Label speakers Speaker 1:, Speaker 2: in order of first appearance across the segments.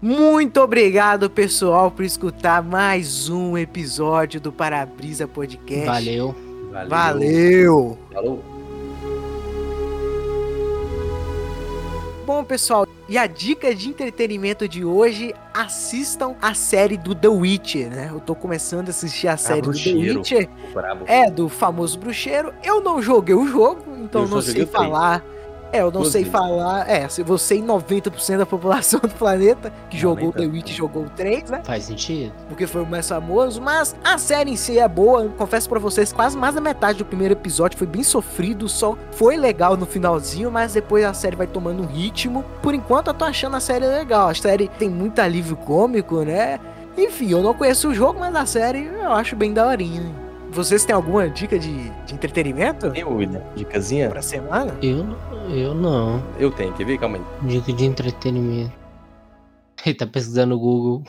Speaker 1: Muito obrigado, pessoal, por escutar mais um episódio do Parabrisa Podcast.
Speaker 2: Valeu.
Speaker 1: Valeu. Valeu.
Speaker 3: Falou.
Speaker 1: Bom, pessoal, e a dica de entretenimento de hoje, assistam a série do The Witcher, né? Eu tô começando a assistir a série do The
Speaker 3: É bruxeiro.
Speaker 1: Witcher.
Speaker 3: Brabo.
Speaker 1: É, do famoso bruxeiro. Eu não joguei o jogo, então
Speaker 3: Eu só
Speaker 1: não
Speaker 3: joguei
Speaker 1: sei
Speaker 3: o trailer.
Speaker 1: falar. É, eu não sei
Speaker 3: Inclusive.
Speaker 1: falar. É, se você e 90% da população do planeta que jogou o The
Speaker 3: 90%.
Speaker 1: Witch jogou o 3, né?
Speaker 2: Faz sentido?
Speaker 1: Porque foi o mais famoso, mas a série em si é boa. Confesso pra vocês, quase mais da metade do primeiro episódio foi bem sofrido, só foi legal no finalzinho, mas depois a série vai tomando um ritmo. Por enquanto eu tô achando a série legal. A série tem muito alívio cômico, né? Enfim, eu não conheço o jogo, mas a série eu acho bem daorinha. Vocês têm alguma dica de, de entretenimento
Speaker 3: Tem uma dicasinha?
Speaker 1: pra semana?
Speaker 2: Eu, eu não.
Speaker 3: Eu tenho, quer ver? Calma aí.
Speaker 2: Dica de entretenimento. Ele tá pesquisando no Google.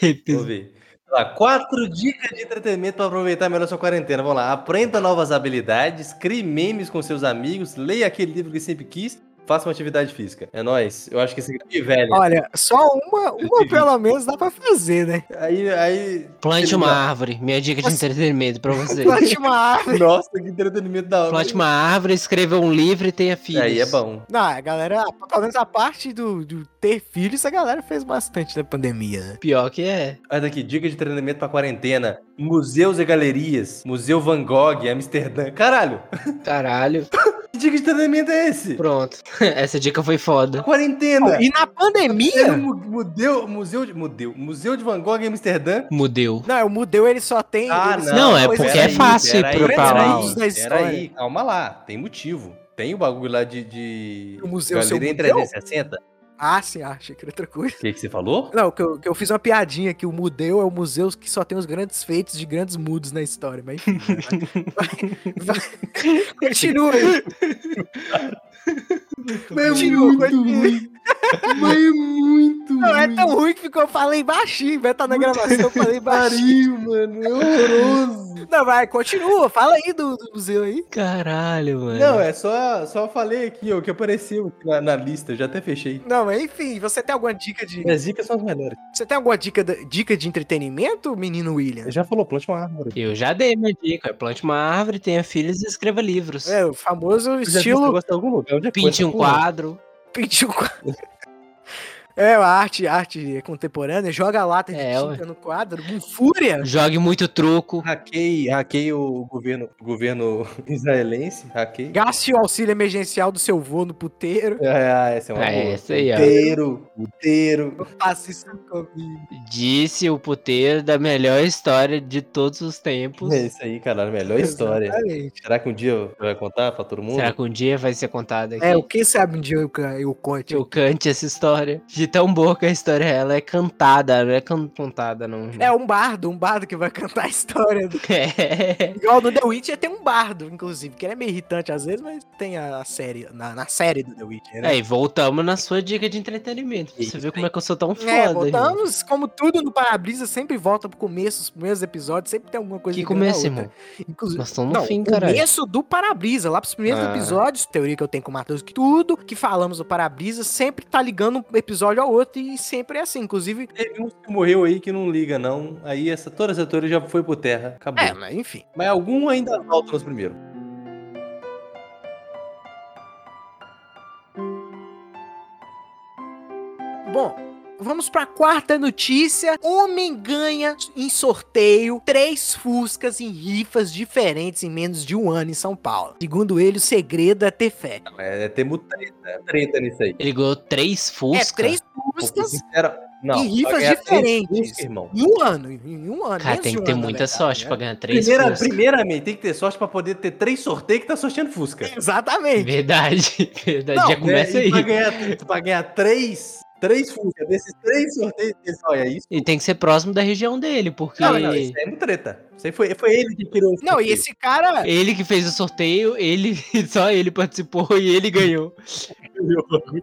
Speaker 2: Ele
Speaker 3: Vou
Speaker 2: pes-
Speaker 3: ver. Vamos lá, quatro dicas de entretenimento para aproveitar melhor sua quarentena. Vamos lá. Aprenda novas habilidades, crie memes com seus amigos, leia aquele livro que sempre quis, faça uma atividade física. É nóis. Eu acho que esse aqui é velho.
Speaker 1: Olha, só uma, uma pelo menos dá pra fazer, né?
Speaker 3: Aí, aí.
Speaker 2: Plante uma árvore. Minha dica de
Speaker 1: Nossa.
Speaker 2: entretenimento pra você.
Speaker 1: Plante uma árvore.
Speaker 3: Nossa, que entretenimento da hora.
Speaker 2: Plante uma árvore, escreva um livro e tenha filhos.
Speaker 3: Aí é bom.
Speaker 1: Não, a galera, pelo menos a parte do, do ter filhos, a galera fez bastante na pandemia, né?
Speaker 2: Pior que é.
Speaker 3: Olha aqui, dica de treinamento pra quarentena. Museus e galerias. Museu Van Gogh, Amsterdã. Caralho,
Speaker 2: Caralho.
Speaker 3: que dica de treinamento é esse?
Speaker 2: Pronto. Essa dica foi
Speaker 3: A
Speaker 2: foda.
Speaker 3: quarentena.
Speaker 1: E na
Speaker 2: É.
Speaker 3: Era um
Speaker 1: pandemia.
Speaker 3: mu- museu, museu, de, museu, museu de Van Gogh em Amsterdã.
Speaker 2: Mudeu.
Speaker 1: Não, é o Mudeu ele só tem.
Speaker 3: Ah,
Speaker 1: ele só
Speaker 2: não,
Speaker 1: tem
Speaker 2: é
Speaker 1: coisa assim.
Speaker 2: porque é
Speaker 1: de-
Speaker 2: fácil
Speaker 3: peraí,
Speaker 2: pra- pra
Speaker 3: peraí,
Speaker 2: lá.
Speaker 3: peraí,
Speaker 1: História.
Speaker 3: peraí, calma lá, tem motivo. Tem o bagulho lá de. de...
Speaker 1: O museu seu
Speaker 3: Galeria em
Speaker 1: museu?
Speaker 3: 360.
Speaker 1: Ah, sim, achei que era outra coisa.
Speaker 3: O que, que você falou?
Speaker 1: Não, que eu, que eu fiz uma piadinha que o Mudeu é o museu que só tem os grandes feitos de grandes mudos na história, mas enfim. né? Vai- vai- Continua aí. Continua, continua.
Speaker 3: é Mas é muito.
Speaker 1: Não, é tão ruim que ficou, eu falei baixinho, vai estar na gravação, eu falei baixinho.
Speaker 3: mano. É horroroso.
Speaker 1: Não, vai, continua, fala aí do, do museu aí.
Speaker 2: Caralho, mano.
Speaker 3: Não, é só, só falei aqui, ó, o que apareceu aqui na, na lista, eu já até fechei.
Speaker 1: Não, mas enfim, você tem alguma dica de.
Speaker 3: Minhas dicas são as melhores.
Speaker 1: Você tem alguma dica, de- dica de entretenimento, menino William?
Speaker 3: Já falou, plante uma árvore.
Speaker 2: Eu já dei minha dica. Plante uma árvore, tenha filhos e escreva livros.
Speaker 1: É, o famoso
Speaker 3: Eu já vi esse
Speaker 1: estilo
Speaker 3: negócio em algum lugar, onde é que foi
Speaker 2: Pinte
Speaker 3: essa
Speaker 2: um
Speaker 3: porra?
Speaker 2: quadro.
Speaker 1: pinte o quadro. É, a arte, arte contemporânea, joga a lata de
Speaker 2: É,
Speaker 1: tinta no quadro, com fúria.
Speaker 2: Jogue muito truco.
Speaker 3: Hackei, hackei o governo, o governo israelense, hackei.
Speaker 1: Gaste o auxílio emergencial do seu vô no puteiro.
Speaker 3: Ah, essa é uma
Speaker 2: Ah,
Speaker 3: boa.
Speaker 2: essa aí, ó.
Speaker 3: Puteiro, puteiro.
Speaker 1: Faça isso comigo.
Speaker 2: Disse o puteiro da melhor história de todos os tempos.
Speaker 3: É isso aí, cara, a melhor história.
Speaker 1: Exatamente.
Speaker 3: Será que um dia eu vai contar pra todo mundo?
Speaker 2: Será que um dia vai ser contada aqui?
Speaker 1: É, o que sabe um dia eu, eu conte?
Speaker 2: Eu cante essa história. De tão boa que a história é, ela é cantada, não é can- contada, não.
Speaker 1: É um bardo, um bardo que vai cantar a história. do-
Speaker 2: É.
Speaker 1: Igual no The Witcher tem um bardo, inclusive, que ele é meio irritante às vezes, mas tem a a série, na, na série do The Witcher, né?
Speaker 2: Aí, voltamos na sua dica de entretenimento. pra Você viu como é que eu sou tão foda,
Speaker 1: É,
Speaker 2: gente.
Speaker 1: voltamos, como tudo no Parabrisa, sempre volta pro começo, os primeiros episódios, sempre tem alguma coisa
Speaker 2: Que
Speaker 1: ligando na
Speaker 2: começo,
Speaker 1: outra.
Speaker 2: irmão.
Speaker 1: Inclusive,
Speaker 2: Nós estamos
Speaker 1: não,
Speaker 2: no fim, caralho.
Speaker 1: começo do Parabrisa, lá pros primeiros
Speaker 3: Ah.
Speaker 1: episódios, teoria que eu tenho com o Matheus, que tudo que falamos do Parabrisa sempre tá ligando um episódio ao outro e sempre é assim, inclusive.
Speaker 3: Teve um que morreu aí que não liga, não. Aí essa, toda essa teoria já foi por terra, acabou.
Speaker 1: É, mas enfim.
Speaker 3: Mas algum ainda volta nos primeiros.
Speaker 1: Bom, vamos pra quarta notícia. Homem ganha em sorteio três Fuscas em rifas diferentes em menos de um ano em São Paulo. Segundo ele, o segredo é ter fé.
Speaker 3: É, temos treta, treta nisso aí.
Speaker 2: Ele ganhou três
Speaker 1: É,
Speaker 2: Fusca.
Speaker 1: três
Speaker 3: Porque,
Speaker 1: Fuscas
Speaker 3: sincero, não,
Speaker 1: E rifas
Speaker 3: pra ganhar três
Speaker 1: diferentes.
Speaker 3: Fusca, irmão.
Speaker 1: em um ano. Em um ano.
Speaker 2: Cara,
Speaker 1: menos
Speaker 2: tem
Speaker 1: de
Speaker 2: que
Speaker 1: um
Speaker 2: ter
Speaker 1: ano, na
Speaker 2: muita
Speaker 1: verdade,
Speaker 2: sorte
Speaker 1: né?
Speaker 2: pra ganhar três
Speaker 3: Primeira,
Speaker 2: Fusca.
Speaker 3: primeiramente, tem que ter sorte pra poder ter três sorteios que tá sorteando Fusca.
Speaker 1: Exatamente.
Speaker 2: Verdade, verdade.
Speaker 1: Não, é,
Speaker 2: Já começa
Speaker 3: né? E
Speaker 2: aí.
Speaker 3: Pra ganhar, pra ganhar três, três Fusca, desses três sorteios, olha isso.
Speaker 2: E tem que ser próximo da região dele, porque.
Speaker 3: Não, não, isso é muito treta. Isso aí foi, foi ele que criou isso.
Speaker 1: Não, e esse cara.
Speaker 2: Ele que fez o sorteio, ele só ele participou e ele ganhou.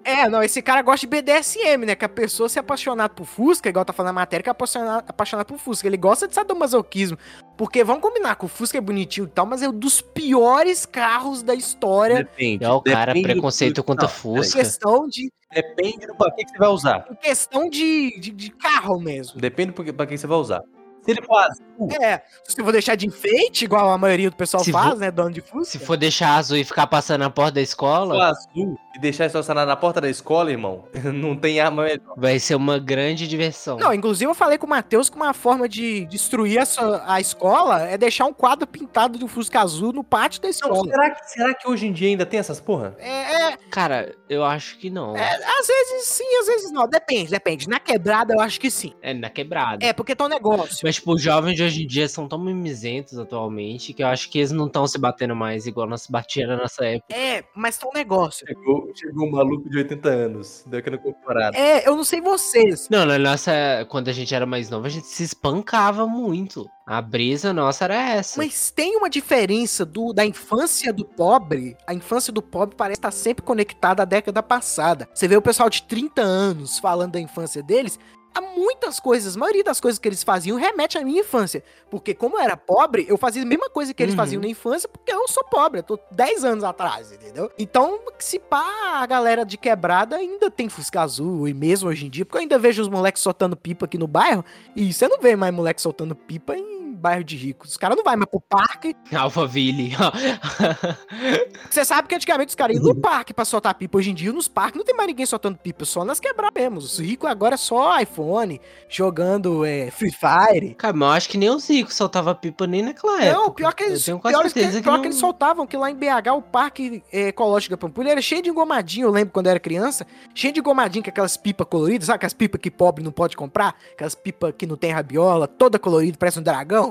Speaker 1: É, não, esse cara gosta de BDSM, né? Que a pessoa se apaixonar por Fusca, igual tá falando na matéria, que é apaixonada, apaixonada por Fusca. Ele gosta de sadomasoquismo. Porque vamos combinar que o Fusca é bonitinho e tal, mas é um dos piores carros da história.
Speaker 3: Depende.
Speaker 2: E ó, É o cara,
Speaker 3: depende do-
Speaker 2: preconceito contra
Speaker 3: Não,
Speaker 1: Em
Speaker 2: Fusca.
Speaker 1: questão de.
Speaker 3: Depende do pra que que você vai usar.
Speaker 1: Em questão de, de, de carro mesmo.
Speaker 3: Depende do que- pra que você vai usar. Se ele for azul,
Speaker 1: É, se eu vou deixar de enfeite, igual a maioria do pessoal
Speaker 2: Se
Speaker 1: faz,
Speaker 2: vo-
Speaker 1: né? Dono de Fusca.
Speaker 2: Se for deixar azul e ficar passando na porta da
Speaker 3: se for
Speaker 2: escola,
Speaker 3: azul e deixar estacionado na porta da escola, irmão, não tem arma melhor.
Speaker 2: vai ser uma grande diversão.
Speaker 1: Não, inclusive eu falei com o Matheus que uma forma de destruir a, sua- a escola é deixar um quadro pintado do Fusca Azul no pátio da
Speaker 3: Não,
Speaker 1: escola.
Speaker 3: será, que, será que hoje em dia ainda tem essas porra?
Speaker 1: É, é,
Speaker 2: Cara, eu acho que não. É,
Speaker 1: é, às vezes sim, às vezes não. Depende, depende. Na quebrada eu acho que sim.
Speaker 2: na quebrada.
Speaker 1: É, porque tá um negócio.
Speaker 2: Mas, tipo, os jovens de hoje em dia são tão mimizentos atualmente que eu acho que eles não estão se batendo mais igual nós se batia na nossa época.
Speaker 1: É, mas tá um negócio.
Speaker 3: Chegou, chegou um maluco de 80 anos, deu aqui no corporado.
Speaker 1: É, eu não sei vocês.
Speaker 2: Não, na nossa. Quando a gente era mais novo, a gente se espancava muito. A brisa nossa era essa.
Speaker 1: Mas tem uma diferença do, da infância do pobre. A infância do pobre parece estar sempre conectada à década passada. Você vê o pessoal de 30 anos falando da infância deles. Há muitas coisas, a maioria das coisas que eles faziam remete à minha infância. Porque, como eu era pobre, eu fazia a mesma coisa que eles
Speaker 2: Uhum.
Speaker 1: faziam na infância, porque eu sou pobre, eu tô 10 anos atrás, entendeu? Então, se pá, a galera de quebrada ainda tem Fusca Azul, e mesmo hoje em dia, porque eu ainda vejo os moleques soltando pipa aqui no bairro, e você não vê mais moleque soltando pipa em bairro de ricos. Os caras não vão mais pro parque.
Speaker 2: Alphaville.
Speaker 1: Você sabe que antigamente os caras iam no parque pra soltar pipa. Hoje em dia, nos parques, não tem mais ninguém soltando pipa, só nas quebrar mesmo. Os ricos agora é só iPhone, jogando é, Free Fire.
Speaker 2: Cara, mas eu acho que nem os ricos soltava pipa nem naquela época.
Speaker 1: Não, pior que eles,
Speaker 2: É, Eu tenho quase
Speaker 1: pior que-
Speaker 2: certeza que,
Speaker 1: pior
Speaker 2: não...
Speaker 1: que eles soltavam, que lá em BH o Parque eh, Ecológico da Pampulha era cheio de engomadinho, eu lembro quando eu era criança, cheio de engomadinho com aquelas pipas coloridas, sabe aquelas pipas que pobre não pode comprar? Aquelas pipas que não tem rabiola, toda colorida, parece um dragão,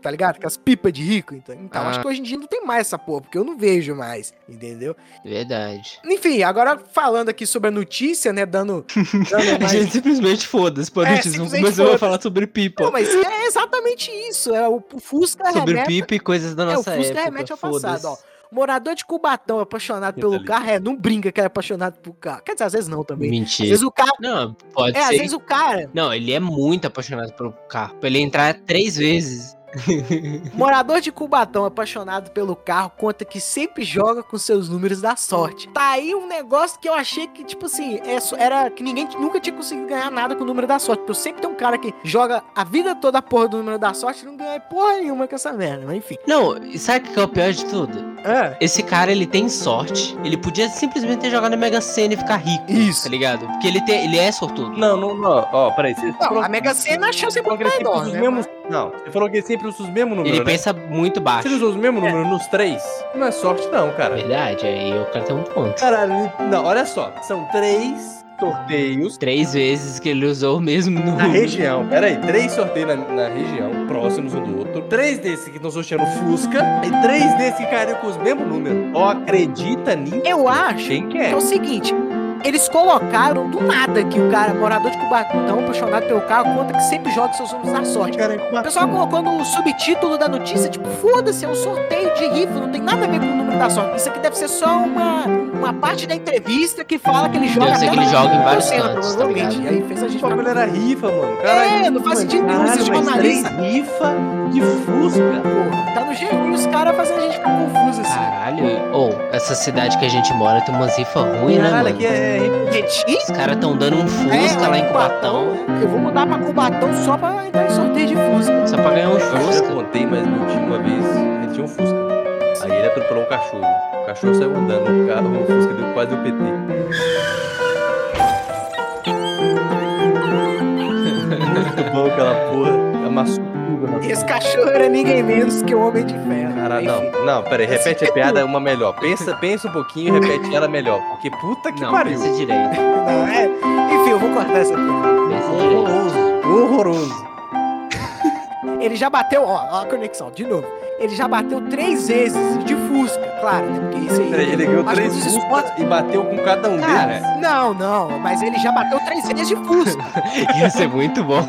Speaker 1: tá ligado? Aquelas pipas de rico, então, então
Speaker 2: Ah.
Speaker 1: acho que hoje em dia não tem mais essa porra, porque eu não vejo mais, entendeu?
Speaker 2: Verdade.
Speaker 1: Enfim, agora falando aqui sobre a notícia, né, dando... dando
Speaker 2: A gente simplesmente foda-se pra
Speaker 1: É,
Speaker 2: notícia,
Speaker 1: simplesmente
Speaker 2: mas eu vou
Speaker 1: foda-se.
Speaker 2: falar sobre pipa.
Speaker 1: Não, mas é exatamente isso, é o o Fusca
Speaker 2: sobre
Speaker 1: remete-
Speaker 2: pipa e coisas da
Speaker 1: É, o
Speaker 2: nossa
Speaker 1: Fusca
Speaker 2: época.
Speaker 1: remete ao passado,
Speaker 2: foda-se.
Speaker 1: Morador de Cubatão é apaixonado
Speaker 3: Que
Speaker 1: pelo
Speaker 3: delícia.
Speaker 1: carro, é, não brinca que é apaixonado por carro. Quer dizer, às vezes não também. Às
Speaker 2: Mentira.
Speaker 1: vezes o cara.
Speaker 2: Não, pode
Speaker 1: É, às
Speaker 2: ser.
Speaker 1: vezes o cara,
Speaker 2: Não, ele é muito apaixonado pelo carro. Pra ele entrar três vezes.
Speaker 1: morador de Cubatão é apaixonado pelo carro, conta que sempre joga com seus números da sorte. Tá aí um negócio que eu achei que, tipo assim, é só- era que ninguém t- nunca tinha conseguido ganhar nada com o número da sorte. Porque eu sempre tenho um cara que joga a vida toda a porra do número da sorte e não ganha porra nenhuma com essa merda, mas enfim.
Speaker 2: Não, e sabe o que é o pior de tudo?
Speaker 1: É.
Speaker 2: Esse cara, ele tem sorte. Ele podia simplesmente ter jogado na Mega Sena e ficar rico, tá
Speaker 1: Isso.
Speaker 2: ligado? Porque ele, tem, ele é sortudo.
Speaker 3: Não, não, não. Ó, peraí. Você
Speaker 1: Não,
Speaker 3: falou-
Speaker 1: a Mega Sena a chance é
Speaker 3: você falou
Speaker 1: muito
Speaker 3: que ele sempre
Speaker 1: menor,
Speaker 3: usa os
Speaker 1: né?
Speaker 3: mesmos. Não, você falou que ele sempre usa os mesmos números,
Speaker 2: ele
Speaker 3: né?
Speaker 2: pensa muito
Speaker 3: Se
Speaker 2: baixo.
Speaker 3: ele usou os mesmos números nos três, não é sorte, não, cara.
Speaker 2: Verdade, aí o cara tem um ponto.
Speaker 3: Caralho, não, olha só. São três sorteios
Speaker 2: Três vezes que ele usou o mesmo
Speaker 3: na
Speaker 2: número.
Speaker 3: região. Peraí, três sorteios na, na região, próximos um do outro. Três desses que estão sorteando Fusca e três desses que caíram com os mesmos números. Ó, acredita nisso?
Speaker 1: Eu acho
Speaker 3: Quem que
Speaker 1: É.
Speaker 3: é?
Speaker 1: o seguinte, eles colocaram do nada que o cara, morador de Cubatão, apaixonado pelo carro, conta que sempre joga seus números na sorte.
Speaker 3: Cara, é
Speaker 1: O pessoal colocou no subtítulo da notícia, tipo, foda-se, é um sorteio de rifle, não tem nada a ver com o número da sorte. Isso aqui deve ser só uma, uma parte da entrevista que fala que ele joga
Speaker 2: Deve ser
Speaker 1: até
Speaker 2: que ele
Speaker 1: na-
Speaker 2: joga em
Speaker 1: na
Speaker 2: vários
Speaker 1: cena,
Speaker 2: cantos, tá
Speaker 1: provavelmente.
Speaker 2: ligado?
Speaker 1: e aí fez a gente...
Speaker 3: O bagulho era rifa, mano.
Speaker 1: um É, não faz sentido nenhum esse
Speaker 3: mas três
Speaker 1: jornalista.
Speaker 3: rifa de Fusca.
Speaker 1: Pô, tá no jeito e os caras fazendo a gente ficar confuso, assim.
Speaker 2: Caralho, ou essa cidade que a gente mora tem umas rifas ruins, né,
Speaker 3: Caralho,
Speaker 2: mano?
Speaker 3: aqui é rifa.
Speaker 1: Gente,
Speaker 2: Os caras tão dando um Fusca lá em Cubatão
Speaker 1: é, Eu vou mudar pra Cubatão só pra entrar em sorteio de Fusca.
Speaker 2: só pra ganhar um
Speaker 3: Eu acho que eu
Speaker 2: Fusca.
Speaker 3: contei, mas meu tio uma vez, ele tinha um Fusca. Aí ele atropelou um cachorro. O cachorro saiu andando, o carro, o Fusca deu quase o PT. Muito bom aquela porra. É Amassou tudo. né?
Speaker 1: Esse cachorro era ninguém menos que o Homem de Ferro.
Speaker 3: Cara,
Speaker 1: Enfim.
Speaker 3: não, não, peraí, repete
Speaker 1: é
Speaker 3: a piada é uma melhor. Pensa, pensa um pouquinho e repete ela melhor. Porque puta que
Speaker 2: Não,
Speaker 3: pariu.
Speaker 2: pensa direito.
Speaker 1: Não, é- Enfim, eu vou cortar essa piada.
Speaker 2: Pensa
Speaker 1: é
Speaker 2: direito.
Speaker 3: Horroroso, horroroso.
Speaker 1: Ele já bateu, ó, ó a conexão, de novo. ele já bateu três vezes de Fusca, claro, né? Porque isso aí.
Speaker 3: Ele ganhou
Speaker 1: acho que
Speaker 3: três
Speaker 1: os
Speaker 3: Fusca
Speaker 1: esportes-
Speaker 3: e bateu com cada
Speaker 2: né?
Speaker 3: um deles.
Speaker 1: Cara, não, não, mas ele já bateu três vezes de Fusca.
Speaker 2: Ia ser muito bom.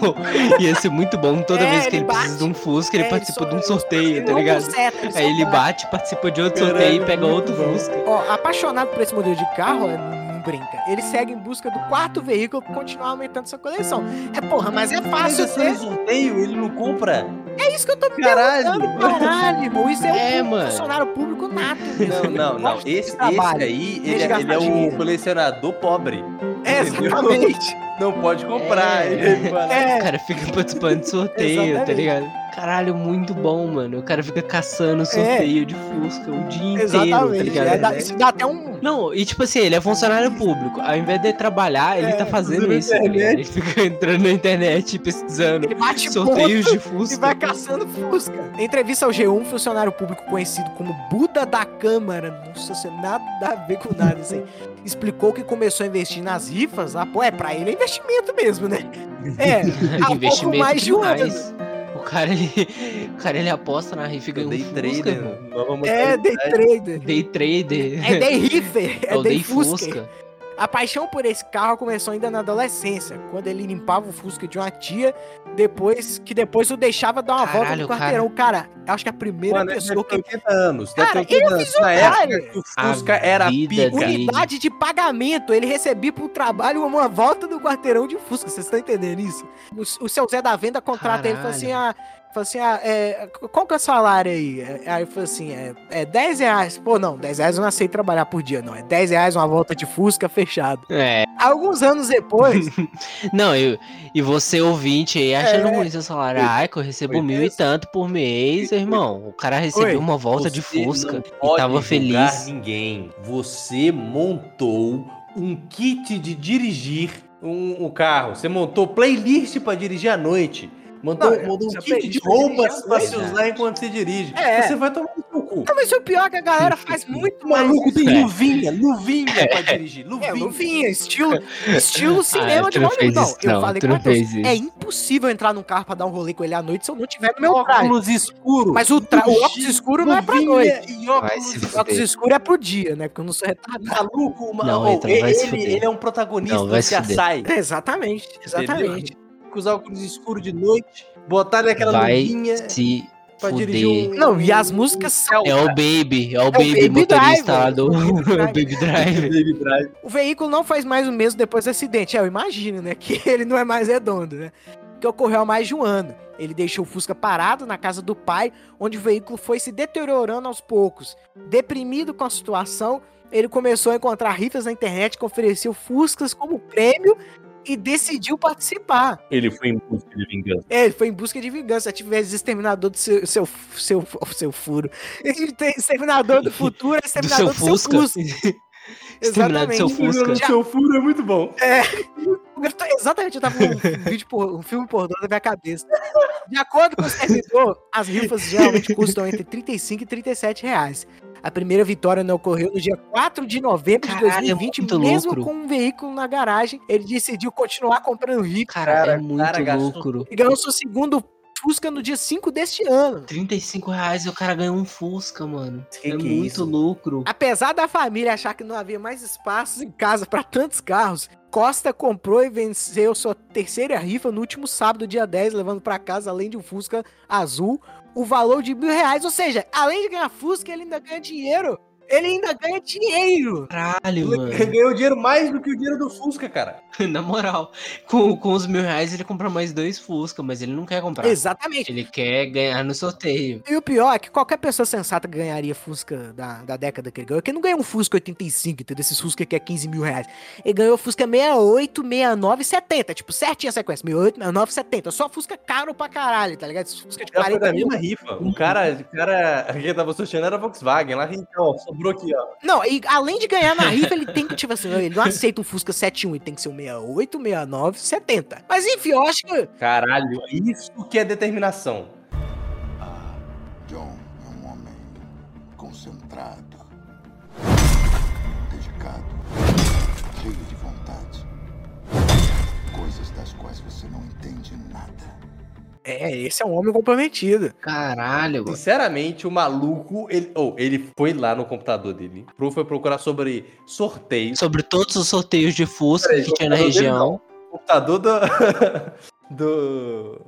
Speaker 2: Ia ser muito bom toda
Speaker 1: É,
Speaker 2: vez que
Speaker 1: ele
Speaker 2: ele, precisa
Speaker 1: bate.
Speaker 2: de um Fusca, ele
Speaker 1: É,
Speaker 2: participa
Speaker 1: só-
Speaker 2: de um sorteio, tá
Speaker 1: não
Speaker 2: ligado?
Speaker 1: conserta, só um
Speaker 2: Aí ele bate, participa de outro
Speaker 3: Caralho,
Speaker 2: sorteio e pega
Speaker 3: muito
Speaker 2: outro
Speaker 3: bom.
Speaker 2: Fusca.
Speaker 1: Ó, apaixonado por esse modelo de carro, ó, não brinca. Ele segue em busca do quarto veículo pra continuar aumentando sua coleção. É porra, mas é
Speaker 3: Mas assim,
Speaker 1: fácil
Speaker 3: esse
Speaker 1: ter.
Speaker 3: sorteio, ele não compra.
Speaker 1: É isso que eu tô me
Speaker 3: Caralho.
Speaker 1: perguntando, caralho, irmão. Isso é,
Speaker 2: É,
Speaker 1: um
Speaker 2: mano.
Speaker 1: funcionário público nato. mesmo.
Speaker 3: Não,
Speaker 1: Ele
Speaker 3: não, não.
Speaker 1: gosta desse
Speaker 3: Esse, esse
Speaker 1: trabalho. Deixa
Speaker 3: aí, ele,
Speaker 1: eu
Speaker 3: é- ele é
Speaker 1: gastar dinheiro.
Speaker 3: um colecionador pobre.
Speaker 1: É,
Speaker 3: entendeu?
Speaker 1: exatamente.
Speaker 3: Não pode comprar.
Speaker 2: É.
Speaker 3: ele fala,
Speaker 1: É.
Speaker 2: O cara fica participando de sorteio, tá
Speaker 1: Exatamente.
Speaker 2: ligado? Caralho, muito bom, mano. O cara fica caçando sorteio de Fusca o dia
Speaker 1: É. Exatamente.
Speaker 2: inteiro, tá
Speaker 1: é,
Speaker 2: ligado?
Speaker 1: dá- isso dá até um.
Speaker 2: Não, e tipo assim, ele é funcionário público. Ao invés de trabalhar, ele
Speaker 1: É,
Speaker 2: tá fazendo
Speaker 3: na
Speaker 2: isso, tá ligado? Ele fica entrando na internet pesquisando
Speaker 1: Ele bate
Speaker 2: sorteios
Speaker 1: ponto
Speaker 2: de
Speaker 1: Tipo, E
Speaker 2: Fusca.
Speaker 1: vai caçando Fusca. Em entrevista ao G1, um funcionário público conhecido como Buda da Câmara, nossa, isso tem nada a ver com nada isso aí, explicou que começou a investir nas rifas. Ah, pô, é pra ele é investimento mesmo, né? É, há pouco
Speaker 2: Investimento
Speaker 1: mais de um ano.
Speaker 2: demais. O cara, ele, o cara, ele aposta na rifa e ganha
Speaker 3: Eu
Speaker 2: um
Speaker 3: dei
Speaker 2: Fusca,
Speaker 3: trader.
Speaker 2: mano.
Speaker 3: nova
Speaker 1: É,
Speaker 3: modalidade.
Speaker 1: day trader.
Speaker 2: Day trader.
Speaker 1: É day riffer, é
Speaker 2: Eu dei
Speaker 1: day Fusca. A paixão por esse carro começou ainda na adolescência, quando ele limpava o Fusca de uma tia, depois que depois o deixava dar uma volta
Speaker 2: Caralho,
Speaker 1: no quarteirão. Cara. acho que a primeira
Speaker 3: Mano, é deve
Speaker 1: pessoa
Speaker 3: ter
Speaker 1: que
Speaker 3: 80 anos. deve
Speaker 1: Cara,
Speaker 3: ter 80 anos. Na
Speaker 1: visionário.
Speaker 3: época que o Fusca era
Speaker 2: vida
Speaker 3: pica.
Speaker 2: dele.
Speaker 1: Unidade de pagamento. Ele recebia pro trabalho uma volta do quarteirão de Fusca. Vocês estão entendendo isso? O, o seu Zé da Venda contrata ele e fala assim: ah, fala assim ah, é, qual que é o salário aí? É, Aí ele falou assim: é, é 10 reais. Pô, não, 10 reais eu não aceito trabalhar por dia, não. É 10 reais uma volta de Fusca fechado.
Speaker 2: É.
Speaker 1: Alguns anos depois,
Speaker 2: Não, eu, e você ouvinte aí achando
Speaker 1: É.
Speaker 2: ruim seu salário. Ai, que eu recebo
Speaker 3: Foi
Speaker 2: mil e
Speaker 3: dessa?
Speaker 2: tanto por mês, irmão. O cara recebeu
Speaker 1: Oi,
Speaker 2: uma volta de
Speaker 3: Você
Speaker 2: Fusca
Speaker 3: não
Speaker 2: e
Speaker 3: pode
Speaker 2: tava
Speaker 3: julgar
Speaker 2: feliz.
Speaker 3: ninguém. Você montou um kit de dirigir um, um carro. Você montou playlist pra dirigir à noite. Montou,
Speaker 1: Não,
Speaker 3: montou um
Speaker 1: essa
Speaker 3: kit de
Speaker 1: playlist pra dirigir
Speaker 3: roupas
Speaker 1: à
Speaker 3: pra
Speaker 1: noite.
Speaker 3: se usar enquanto você dirige.
Speaker 1: É.
Speaker 3: Você vai tomar no seu cu.
Speaker 1: mas o pior é que a galera faz muito
Speaker 3: O
Speaker 1: mais.
Speaker 3: maluco
Speaker 1: isso.
Speaker 3: tem
Speaker 2: É.
Speaker 3: luvinha, luvinha pra dirigir. Luvinha.
Speaker 1: É, luvinha, estilo, estilo cinema
Speaker 2: Ah,
Speaker 1: de
Speaker 2: tu não
Speaker 1: Hollywood.
Speaker 2: fez
Speaker 1: Não,
Speaker 2: isso,
Speaker 1: eu
Speaker 2: não,
Speaker 1: falei
Speaker 2: tu
Speaker 1: com o
Speaker 2: não
Speaker 1: Matheus,
Speaker 2: fez isso.
Speaker 1: É impossível entrar num carro pra dar um rolê com ele à noite se eu não tiver no é meu traje.
Speaker 3: Óculos escuros.
Speaker 1: Mas o, tra- o óculos escuro não é pra noite.
Speaker 3: E óculos
Speaker 2: se
Speaker 1: O óculos escuro é pro dia, né? Porque eu não sou retardado.
Speaker 3: maluco. Uma...
Speaker 2: Não,
Speaker 3: oh,
Speaker 2: então vai se
Speaker 3: ele,
Speaker 2: fuder.
Speaker 3: ele é um protagonista
Speaker 2: Não, vai
Speaker 3: do
Speaker 2: se fuder.
Speaker 3: CSI.
Speaker 1: Exatamente, exatamente.
Speaker 3: com os óculos escuros de noite, botar ele aquela
Speaker 2: Vai
Speaker 3: luvinha
Speaker 2: se
Speaker 3: pra dirigir
Speaker 2: fuder.
Speaker 3: um-
Speaker 1: Não, e as músicas são.
Speaker 2: É o Baby, é o
Speaker 1: Baby
Speaker 2: Baby, motorista lá
Speaker 1: Driver.
Speaker 2: do
Speaker 1: Baby
Speaker 2: é o Baby Driver.
Speaker 3: Baby Drive.
Speaker 1: O veículo não faz mais o mesmo depois do acidente. É, eu imagino, né? Que ele não é mais redondo, né? Que ocorreu há mais de um ano. Ele deixou o Fusca parado na casa do pai, onde o veículo foi se deteriorando aos poucos. Deprimido com a situação, ele começou a encontrar rifas na internet que ofereciam Fuscas como prêmio e decidiu participar.
Speaker 3: Ele foi em busca de vingança.
Speaker 1: É, ele foi em busca de vingança. Tivesse exterminador do seu, seu, seu, seu furo. Exterminador do futuro, é
Speaker 2: Do
Speaker 3: tá
Speaker 2: seu
Speaker 1: exterminador do seu,
Speaker 2: Fusca.
Speaker 1: Fusca.
Speaker 2: Exterminado do seu
Speaker 1: Exatamente.
Speaker 2: Fusca.
Speaker 1: Já-
Speaker 3: Seu furo é muito bom.
Speaker 1: Eu tô- Exatamente, eu tava com um vídeo por, um filme pornô na minha cabeça. De acordo com o servidor, as rifas geralmente custam entre 35 e 37 reais. A primeira vitória não ocorreu no dia 4 de novembro de
Speaker 2: Caralho, é
Speaker 1: 2020,
Speaker 2: muito
Speaker 1: mesmo
Speaker 2: lucro.
Speaker 1: com um veículo na garagem. Ele decidiu continuar comprando rifa
Speaker 2: Cara, é
Speaker 3: Cara,
Speaker 2: muito
Speaker 3: cara gastou-
Speaker 2: lucro.
Speaker 1: e ganhou seu segundo Fusca no dia 5 deste ano.
Speaker 2: 35 reais e o cara ganhou um Fusca, mano.
Speaker 3: Que
Speaker 2: é
Speaker 3: que é
Speaker 2: muito
Speaker 3: isso?
Speaker 2: lucro.
Speaker 1: Apesar da família achar que não havia mais espaços em casa para tantos carros, Costa comprou e venceu sua terceira rifa no último sábado, dia 10, levando para casa, além de um Fusca azul, o valor de mil reais. Ou seja, além de ganhar Fusca, ele ainda ganha dinheiro. Ele ainda ganha dinheiro.
Speaker 2: Caralho, mano.
Speaker 3: Ganhou dinheiro mais do que o dinheiro do Fusca, cara.
Speaker 2: Na moral, com, com os mil reais ele compra mais dois Fusca, mas ele não quer comprar.
Speaker 1: Exatamente.
Speaker 2: Ele quer ganhar no sorteio.
Speaker 1: E o pior é que qualquer pessoa sensata que ganharia Fusca da, da década que ele ganhou, que ele não ganhou um Fusca 85, entendeu? Esses Fusca que é 15 mil reais. Ele ganhou Fusca 68, 69 e 70. Tipo, certinho a sequência. 68, 69 e 70. Só Fusca caro pra caralho, tá ligado? Esses Fusca de
Speaker 3: Já foi
Speaker 1: 40
Speaker 3: da
Speaker 1: mil.
Speaker 3: mesma rifa. O cara, o cara que tava sorteando era Volkswagen. Lá, então, ó, sobrou aqui, ó.
Speaker 1: Não, e além de ganhar na rifa, ele tem que, tipo assim, ele não aceita um Fusca 71, ele tem que ser um 68, 69 e 70. Mas enfim, eu acho que.
Speaker 3: Caralho, isso que é determinação.
Speaker 4: Ah, John é um homem concentrado, dedicado, cheio de vontade. Coisas das quais você não entende nada.
Speaker 1: É, esse é um homem comprometido.
Speaker 2: Caralho, mano.
Speaker 3: Sinceramente, o maluco, ele, oh, ele foi lá no computador dele, pro- foi procurar sobre sorteio.
Speaker 2: Sobre todos os sorteios de Fusca
Speaker 3: Peraí,
Speaker 2: que tinha na
Speaker 3: computador dele
Speaker 2: região
Speaker 3: computador do, do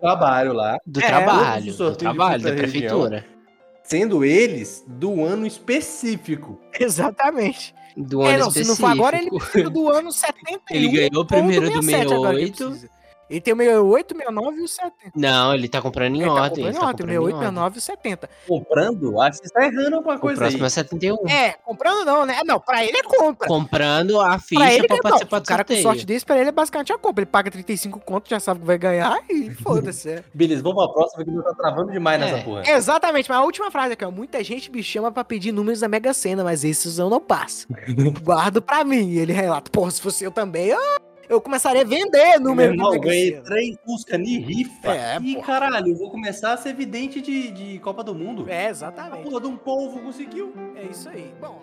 Speaker 3: trabalho lá,
Speaker 2: do
Speaker 1: É,
Speaker 2: trabalho.
Speaker 3: todos os
Speaker 2: Do
Speaker 3: sorteios de
Speaker 2: trabalho,
Speaker 3: Fusca
Speaker 2: da
Speaker 3: na região.
Speaker 2: prefeitura.
Speaker 3: sendo eles do ano específico.
Speaker 1: Exatamente.
Speaker 2: Do ano
Speaker 1: É, não, se não for agora, ele um
Speaker 2: específico.
Speaker 1: precisa do ano 71.
Speaker 2: Ele ganhou o primeiro do
Speaker 1: 67 agora tipo. que ele
Speaker 2: 68.
Speaker 1: precisa. Ele tem o 68, 69 e o 70.
Speaker 2: Não, ele tá comprando em
Speaker 1: Ele tá
Speaker 2: ordem.
Speaker 1: comprando
Speaker 2: ele
Speaker 1: em
Speaker 2: tá
Speaker 1: ordem,
Speaker 2: comprando em
Speaker 1: 68,
Speaker 2: ordem.
Speaker 1: 69 e 70.
Speaker 3: Comprando? Acho que você tá errando alguma
Speaker 2: O
Speaker 3: coisa aí.
Speaker 2: próximo é 71.
Speaker 1: É, comprando não, né? Não, pra ele é compra.
Speaker 2: Comprando a
Speaker 1: Pra
Speaker 2: ficha
Speaker 1: ele,
Speaker 2: pra
Speaker 1: não.
Speaker 2: participar
Speaker 1: o
Speaker 2: do
Speaker 1: cara
Speaker 2: sorteio.
Speaker 1: com sorte desse, pra ele é basicamente a compra. Ele paga 35 conto, já sabe que vai ganhar e foda-se. é.
Speaker 3: Beleza, vamos pra próxima que não tá travando demais
Speaker 2: É.
Speaker 3: nessa porra.
Speaker 1: Exatamente, mas a última frase aqui, ó. Muita gente me chama pra pedir números da Mega Sena, mas esses eu não passo. Guardo pra mim. E ele relata, pô, se fosse eu também, eu, eu começaria a vender
Speaker 3: Meu
Speaker 1: número da
Speaker 3: irmão,
Speaker 1: Mega
Speaker 3: ganhei
Speaker 1: Sena.
Speaker 3: três Fusca ni rifa.
Speaker 1: É,
Speaker 3: Ih,
Speaker 1: porra.
Speaker 3: caralho, eu vou começar a ser vidente de, de Copa do Mundo.
Speaker 1: É,
Speaker 3: A
Speaker 1: exatamente.
Speaker 3: porra de um povo conseguiu.
Speaker 1: É isso aí. Bom,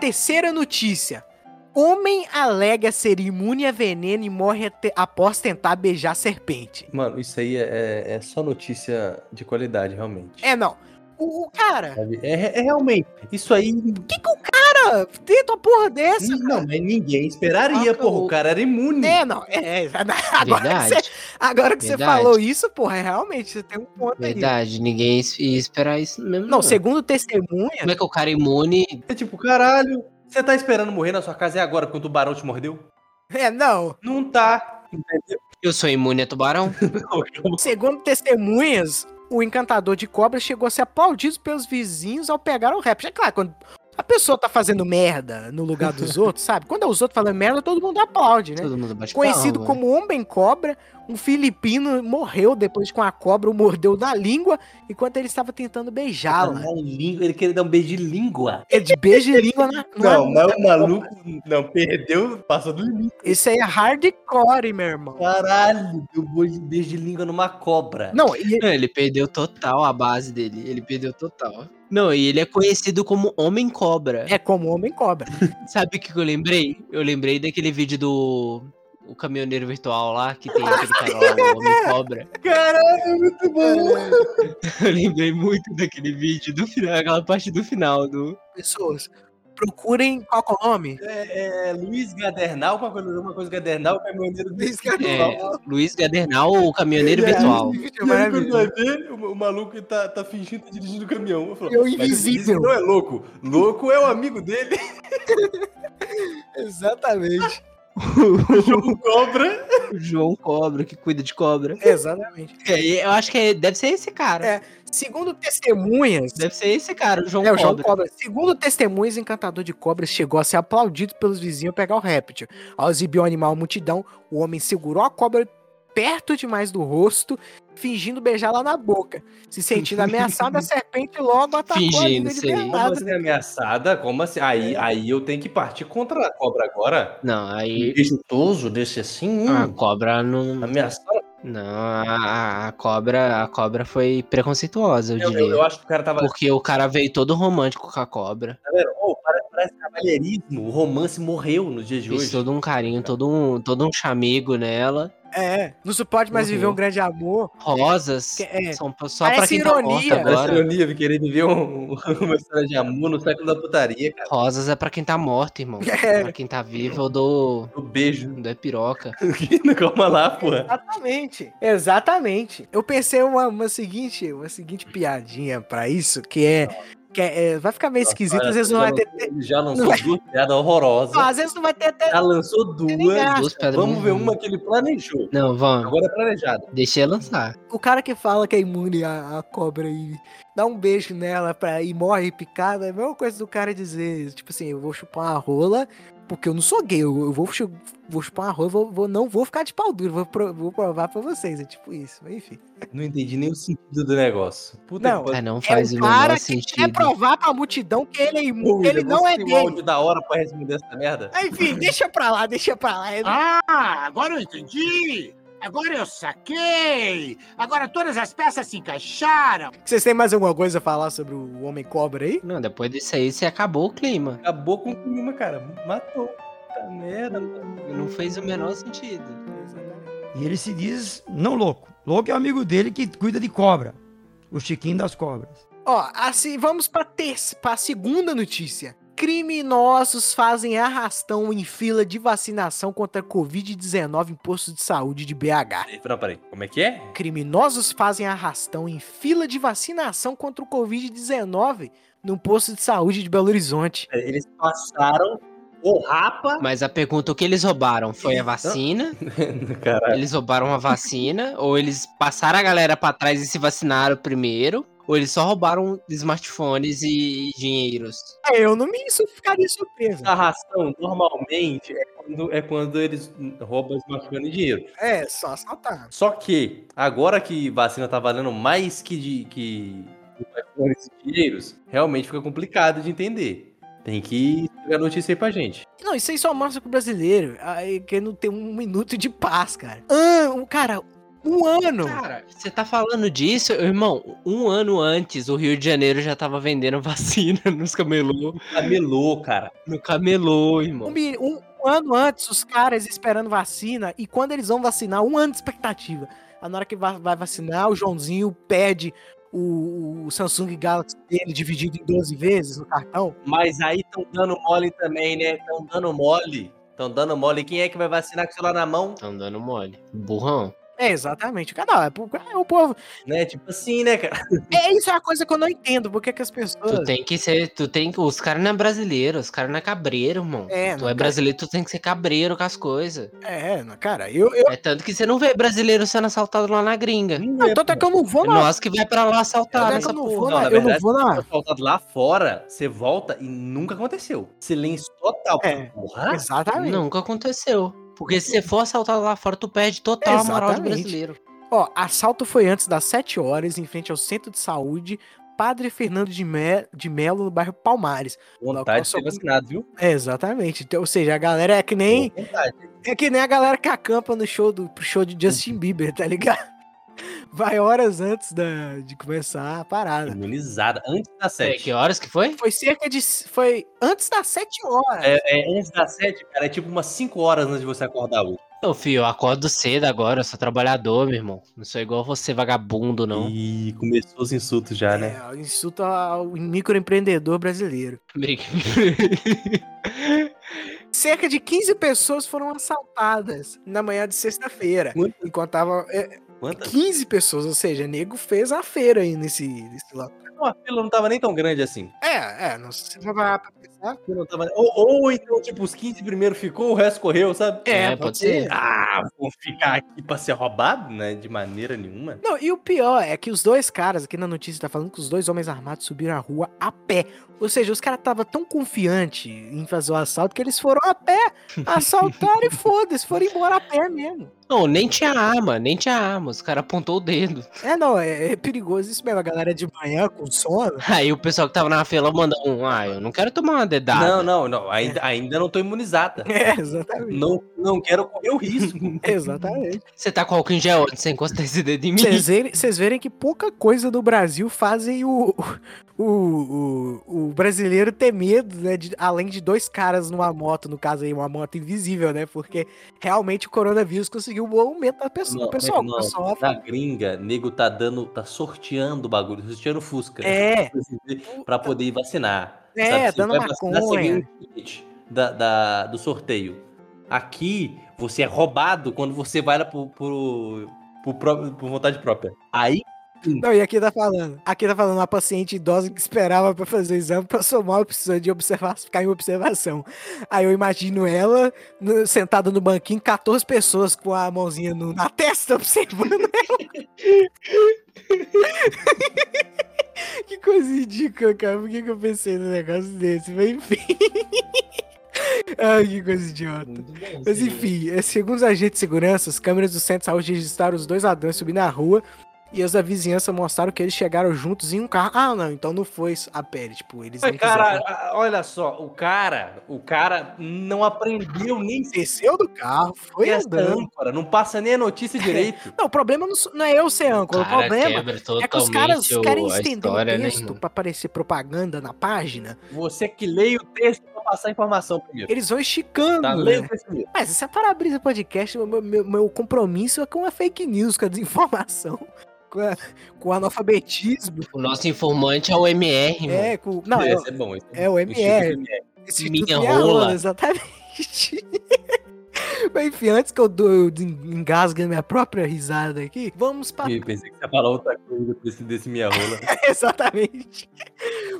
Speaker 1: Terceira notícia. Homem alega ser imune a veneno e morre ate- após tentar beijar serpente.
Speaker 3: Mano, isso aí é, é só notícia de qualidade, realmente.
Speaker 1: É, não. O, o cara,
Speaker 3: Sabe? É, é realmente. Isso aí.
Speaker 1: cara, ah, tenta uma porra dessa.
Speaker 3: Não, mas ninguém esperaria,
Speaker 2: Ah,
Speaker 3: porra.
Speaker 2: o-
Speaker 3: O cara era imune.
Speaker 1: É, não. É, é, agora que,
Speaker 2: Hum. Verdade,
Speaker 1: você, agora que você
Speaker 2: Verdade.
Speaker 1: falou isso, porra, é, realmente, você tem um ponto aí.
Speaker 2: verdade. Ninguém es- ia esperar isso mesmo.
Speaker 1: Não, segundo testemunha,
Speaker 2: Como é que o cara imune
Speaker 3: É tipo, caralho, você tá esperando morrer na sua casa e agora, porque o tubarão te mordeu?
Speaker 1: É, não.
Speaker 3: Não tá.
Speaker 2: Eu sou imune a tubarão?
Speaker 1: Segundo testemunhas, o encantador de cobras chegou a ser aplaudido pelos vizinhos ao pegar o rap. É claro, quando a pessoa tá fazendo merda no lugar dos outros, sabe? Quando é os outros falando merda, todo mundo aplaude, né?
Speaker 2: Todo mundo bate
Speaker 1: Conhecido
Speaker 3: tá,
Speaker 2: palma,
Speaker 1: como Homem Cobra, um filipino morreu depois que uma cobra o mordeu na língua enquanto ele estava tentando beijá-la.
Speaker 3: Caralho, língua- Ele queria dar um beijo de língua.
Speaker 1: É de beijo e língua na
Speaker 3: Não,
Speaker 1: na-
Speaker 3: mas o maluco não perdeu, passou do limite.
Speaker 1: Isso aí é hardcore, meu irmão.
Speaker 3: Caralho, deu beijo de- beijo de língua numa cobra.
Speaker 1: Não, e
Speaker 2: Não, ele perdeu total a base dele. Ele perdeu total. Não, e ele é conhecido como Homem Cobra.
Speaker 1: é como Homem Cobra.
Speaker 2: Sabe o que que eu lembrei? Eu lembrei daquele vídeo do o caminhoneiro virtual lá, que tem aquele cara lá, o Homem Cobra.
Speaker 3: Caralho, muito bom.
Speaker 2: Eu lembrei muito daquele vídeo, do final, aquela parte do final do.
Speaker 1: Pessoas, procurem qual que é o nome?
Speaker 3: É, é Luiz Gadernal, uma coisa, uma coisa Gadernal, o caminhoneiro do
Speaker 2: É, Luiz Gadernal, o caminhoneiro
Speaker 3: Ele é
Speaker 2: virtual.
Speaker 1: Vídeo
Speaker 3: E aí, quando
Speaker 1: maravilhoso.
Speaker 3: vai ver, o, o maluco tá, tá fingindo tá dirigindo o caminhão. Eu falo,
Speaker 1: Eu
Speaker 3: "Mas ele disse que
Speaker 1: invisível."
Speaker 3: Não é louco. Louco é o amigo dele.
Speaker 1: Exatamente.
Speaker 3: João Cobra.
Speaker 2: O João Cobra, que cuida de cobra.
Speaker 1: Exatamente.
Speaker 2: É, e eu acho que é- deve ser esse cara.
Speaker 1: É. Segundo testemunhas.
Speaker 2: Deve ser esse cara, o João
Speaker 1: É, o
Speaker 2: Cobra.
Speaker 1: João Cobra. Segundo testemunhas, o encantador de cobras chegou a ser aplaudido pelos vizinhos ao pegar o réptil. Ao exibir o animal à multidão, o homem segurou a cobra perto demais do rosto, fingindo beijá-la na boca. Se sentindo ameaçado, a serpente logo atacou a
Speaker 2: Fingindo,
Speaker 1: língua
Speaker 2: seria.
Speaker 1: liberada.
Speaker 3: é ameaçada? Como assim? Aí, aí eu tenho que partir contra a cobra agora?
Speaker 2: Não, aí.
Speaker 3: Beijotoso desse assim?
Speaker 2: A
Speaker 3: Hum,
Speaker 2: cobra não.
Speaker 3: ameaçada.
Speaker 2: Não, a, a- a cobra. A cobra foi preconceituosa, eu
Speaker 3: Eu,
Speaker 2: diria.
Speaker 3: eu- eu acho que o cara tava.
Speaker 2: Porque o cara veio todo romântico com a cobra.
Speaker 3: Oh, parece, parece cavalheirismo. O romance morreu nos dias de
Speaker 2: Fez
Speaker 3: hoje.
Speaker 2: todo um carinho, todo um, todo um chamigo nela.
Speaker 1: É, não se pode mais viver um
Speaker 2: Uhum.
Speaker 1: grande amor.
Speaker 2: Rosas
Speaker 1: Que- é.
Speaker 2: são pra- só
Speaker 1: Parece
Speaker 2: pra quem
Speaker 1: ironia.
Speaker 2: tá morta
Speaker 3: Parece
Speaker 2: agora.
Speaker 3: ironia, querer viver um- uma história de amor no século da putaria, cara.
Speaker 2: Rosas é pra quem tá morto, irmão.
Speaker 1: É.
Speaker 2: Pra quem tá vivo, eu dou.
Speaker 3: O beijo.
Speaker 2: dou é piroca.
Speaker 3: Calma lá, porra.
Speaker 1: Exatamente. Exatamente. Eu pensei uma, uma seguinte, uma seguinte piadinha pra isso, que é, que é- é, vai ficar meio esquisito, às vezes não vai ter
Speaker 3: Já lançou
Speaker 1: não vai-
Speaker 3: duas piadas horrorosas.
Speaker 1: Não, às vezes não vai ter até.
Speaker 3: Já lançou duas.
Speaker 1: graça.
Speaker 2: Duas pedras
Speaker 3: Vamos
Speaker 2: no
Speaker 3: ver
Speaker 2: rim.
Speaker 3: uma que ele planejou.
Speaker 2: Não, vamos.
Speaker 3: Agora é planejado.
Speaker 2: Deixa ele lançar.
Speaker 1: O cara que fala que é imune à, à cobra e dá um beijo nela pra, e morre picada, é a mesma coisa do cara dizer, tipo assim, eu vou chupar uma rola, porque eu não sou gay, eu, eu vou, chu- vou chupar uma rola, vou, vou- não vou ficar de pau duro, vou, pro- vou provar pra vocês. É tipo isso, mas enfim.
Speaker 3: Não entendi nem o sentido do negócio. Puta
Speaker 1: Não,
Speaker 3: que
Speaker 2: Ah, não
Speaker 1: É
Speaker 2: faz
Speaker 1: um
Speaker 2: o menor
Speaker 1: cara que quer
Speaker 2: sentido.
Speaker 1: provar pra multidão que ele é imune, que
Speaker 3: William,
Speaker 1: ele não
Speaker 3: você
Speaker 1: é
Speaker 3: tem
Speaker 1: gay.
Speaker 3: um áudio da hora pra responder essa merda?
Speaker 1: Ah, Enfim, deixa pra lá, deixa pra lá. Eu-
Speaker 5: Ah, agora eu entendi! Agora eu saquei! Agora todas as peças se encaixaram!
Speaker 1: Vocês têm mais alguma coisa a falar sobre o Homem Cobra aí?
Speaker 2: Não, depois disso aí você acabou o clima.
Speaker 3: Acabou com o clima, cara. Matou. Puta merda.
Speaker 2: Não fez o menor sentido.
Speaker 6: E ele se diz não louco. Louco é o amigo dele que cuida de cobra. O Chiquinho das Cobras.
Speaker 1: Ó, assim, vamos pra, terça, pra segunda notícia. Criminosos fazem arrastão em fila de vacinação contra Covid-19 em posto de saúde de BH.
Speaker 3: Peraí, Não, peraí. Como é que é?
Speaker 1: Criminosos fazem arrastão em fila de vacinação contra o Covid-19 num posto de saúde de Belo Horizonte.
Speaker 3: É, Eles passaram o rapa.
Speaker 2: Mas a pergunta, o que eles roubaram? Foi a vacina?
Speaker 3: Caralho.
Speaker 2: Eles roubaram a vacina? ou eles passaram a galera pra trás e se vacinaram primeiro? Ou eles só roubaram smartphones e dinheiros?
Speaker 1: É, Eu não me isso ficaria surpreso.
Speaker 3: Arrastão, normalmente, é quando, é quando eles roubam smartphone e dinheiro.
Speaker 1: É, só assaltar.
Speaker 3: Só que, agora que vacina tá valendo mais que de que smartphones e dinheiros, realmente fica complicado de entender. Tem que pegar notícia aí pra gente.
Speaker 1: Não, isso aí só mostra que o brasileiro aí, que não tem um minuto de paz, cara. Ah, um- cara, um ano.
Speaker 2: Cara, você tá falando disso, irmão? Um ano antes, o Rio de Janeiro já tava vendendo vacina nos camelô.
Speaker 3: Camelô, Tá cara.
Speaker 2: No camelô,
Speaker 1: Um,
Speaker 2: irmão.
Speaker 1: mi- um- um ano antes, os caras esperando vacina, e quando eles vão vacinar, um ano de expectativa. Aí Na hora que va- vai vacinar, o Joãozinho pede o, o Samsung Galaxy dele dividido em 12 vezes no cartão.
Speaker 3: Mas aí estão dando mole também, né? Estão dando mole. Estão dando mole. Quem é que vai vacinar com o celular na mão?
Speaker 2: Tão dando mole. Burrão.
Speaker 1: É, exatamente. Cara, é, pro- é o povo.
Speaker 3: Né? Tipo assim, né, cara?
Speaker 1: É isso é uma coisa que eu não entendo. Por que que as pessoas.
Speaker 2: Tu tem que ser, tu tem que. Os caras não é brasileiro, os caras não é cabreiro, irmão.
Speaker 1: É,
Speaker 2: tu
Speaker 1: não,
Speaker 2: é
Speaker 1: cara.
Speaker 2: brasileiro, tu tem que ser cabreiro com as coisas.
Speaker 1: É, não, cara, eu. eu
Speaker 2: É tanto que você não vê brasileiro sendo assaltado lá na gringa.
Speaker 1: não, tanto é que eu não vou
Speaker 2: É
Speaker 1: na.
Speaker 2: nós que vai pra lá assaltar
Speaker 1: Tanto é
Speaker 2: né?
Speaker 1: que
Speaker 2: nessa
Speaker 1: eu não vou
Speaker 2: porra.
Speaker 3: não,
Speaker 1: na.
Speaker 3: na
Speaker 1: Eu não
Speaker 3: verdade,
Speaker 1: vou na.
Speaker 3: Faltado lá fora, você volta e nunca aconteceu. Silêncio total.
Speaker 1: É.
Speaker 3: Porra.
Speaker 1: Exatamente.
Speaker 2: Nunca aconteceu. Porque se você for assaltado lá fora, tu perde total a moral de
Speaker 1: Exatamente.
Speaker 2: brasileiro.
Speaker 1: Ó, assalto foi antes das 7 horas, em frente ao centro de saúde, Padre Fernando de, Me de Melo, no bairro Palmares.
Speaker 3: Vontade de ser
Speaker 1: Local só-
Speaker 3: vacinado, viu?
Speaker 1: É, exatamente. Então, ou seja, a galera é que nem.
Speaker 3: Vontade.
Speaker 1: É que nem a galera que acampa no show do pro show de Justin
Speaker 3: Uhum.
Speaker 1: Bieber, tá ligado? Vai horas antes da, de começar a parada.
Speaker 3: Imunizada. Antes das
Speaker 2: É,
Speaker 3: sete.
Speaker 2: que horas que foi?
Speaker 1: Foi cerca de. Foi antes das 7 horas.
Speaker 3: É, é, antes das sete, cara, é tipo umas cinco horas antes de você acordar hoje.
Speaker 2: Ô, filho, eu acordo cedo agora, eu sou trabalhador, meu irmão. Não sou igual você, vagabundo, não.
Speaker 3: E começou os insultos já, né?
Speaker 1: É, insulta ao microempreendedor brasileiro.
Speaker 2: É,
Speaker 1: Cerca de 15 pessoas foram assaltadas na manhã de sexta-feira.
Speaker 3: Muito.
Speaker 1: Enquanto tava. é,
Speaker 3: Quantas?
Speaker 1: 15 pessoas, ou seja, nego fez a feira aí nesse, nesse local.
Speaker 3: A fila não tava nem tão grande assim.
Speaker 1: É, é, não sei se você vai parar pra pensar.
Speaker 3: A fila não tava- Ou, ou então, tipo, os 15 primeiro ficou, o resto correu, sabe?
Speaker 2: É, pode ser.
Speaker 3: Ah, vou ficar aqui pra ser roubado, né? De maneira nenhuma.
Speaker 1: Não, e o pior é que os dois caras, aqui na notícia tá falando que os dois homens armados subiram a rua a pé. Ou seja, os caras estavam tão confiantes em fazer o assalto que eles foram a pé, assaltaram e foda-se, foram embora a pé mesmo.
Speaker 2: Não, nem tinha arma, nem tinha arma. Os caras apontou o dedo.
Speaker 1: É, não, é, é perigoso isso mesmo, a galera de manhã com sono.
Speaker 2: Aí o pessoal que tava na fila mandou um. Ah, eu não quero tomar uma dedada.
Speaker 3: Não, não, não. Ainda, ainda não tô imunizada.
Speaker 1: É, exatamente.
Speaker 3: Não, não quero correr o risco.
Speaker 1: Exatamente.
Speaker 2: Você tá com álcool em gel, você encosta esse dedo em mim.
Speaker 1: Vocês verem, vocês verem que pouca coisa do Brasil fazem o, o, o, o brasileiro ter medo, né? de- além de dois caras numa moto, no caso aí, uma moto invisível, né? Porque realmente o coronavírus conseguiu um aumento da pessoa.
Speaker 3: Não,
Speaker 1: o pessoal,
Speaker 3: não,
Speaker 1: o pessoal-
Speaker 3: Na gringa, nego tá dando, tá sorteando o bagulho, sorteando Fusca. né?
Speaker 1: É,
Speaker 3: Pra poder ir vacinar.
Speaker 1: É,
Speaker 3: sabe? Você
Speaker 1: dando
Speaker 3: vai vacinar, você ganha
Speaker 1: maconha.
Speaker 3: um ticket da, da- do sorteio. Aqui, você é roubado quando você vai lá pro, pro, pro pró- por vontade própria. Aí,
Speaker 1: não, e aqui tá falando. Aqui tá falando uma paciente idosa que esperava pra fazer o exame, passou mal e precisou de observar, ficar em observação. Aí eu imagino ela no- sentada no banquinho, 14 pessoas com a mãozinha no- na testa observando Que coisa ridícula, cara. Por que, que eu pensei num negócio desse? Mas enfim. Ai, que coisa idiota. é, Mas enfim, eh, segundo os agentes de segurança, as câmeras do centro de saúde registraram os dois ladrões subir na rua E os da vizinhança mostraram que eles chegaram juntos em um carro. Ah, não, então não foi a pele. Tipo, eles
Speaker 3: Mas,
Speaker 1: não
Speaker 3: cara,
Speaker 1: quiseram.
Speaker 3: a- olha só, o cara, o cara não aprendeu nem ser
Speaker 1: Desceu do carro, foi
Speaker 3: essa é
Speaker 1: andando.
Speaker 3: âncora, não passa nem a notícia direito.
Speaker 1: Não, o problema não, sou- não é eu ser âncora. O
Speaker 2: Cara,
Speaker 1: problema
Speaker 2: quebra
Speaker 1: é que os caras
Speaker 2: totalmente o-
Speaker 1: querem
Speaker 2: a
Speaker 1: estender
Speaker 2: história,
Speaker 1: o
Speaker 2: né,
Speaker 1: texto
Speaker 2: irmão?
Speaker 1: pra aparecer propaganda na página.
Speaker 3: Você que leia o texto pra passar a informação primeiro.
Speaker 1: Eles vão esticando.
Speaker 3: Tá?
Speaker 1: né?
Speaker 3: Leia o texto primeiro.
Speaker 1: Mas isso é para-brisa podcast. o Meu, meu, meu compromisso é com a fake news, com a desinformação, com, a- com o analfabetismo.
Speaker 2: O nosso informante é o MR, mano.
Speaker 1: É, com. Não, é,
Speaker 3: Esse é bom. esse
Speaker 1: é o
Speaker 3: bom.
Speaker 1: MR.
Speaker 3: Instituto MR.
Speaker 1: Esse
Speaker 2: Minha
Speaker 1: tudo é
Speaker 2: rola.
Speaker 1: aula, Exatamente. Mas enfim, antes que eu, dou, eu des- engasgue a minha própria risada aqui, vamos para.
Speaker 3: Ih, pensei que você ia falar outra coisa desse, desse minha rola.
Speaker 1: Exatamente.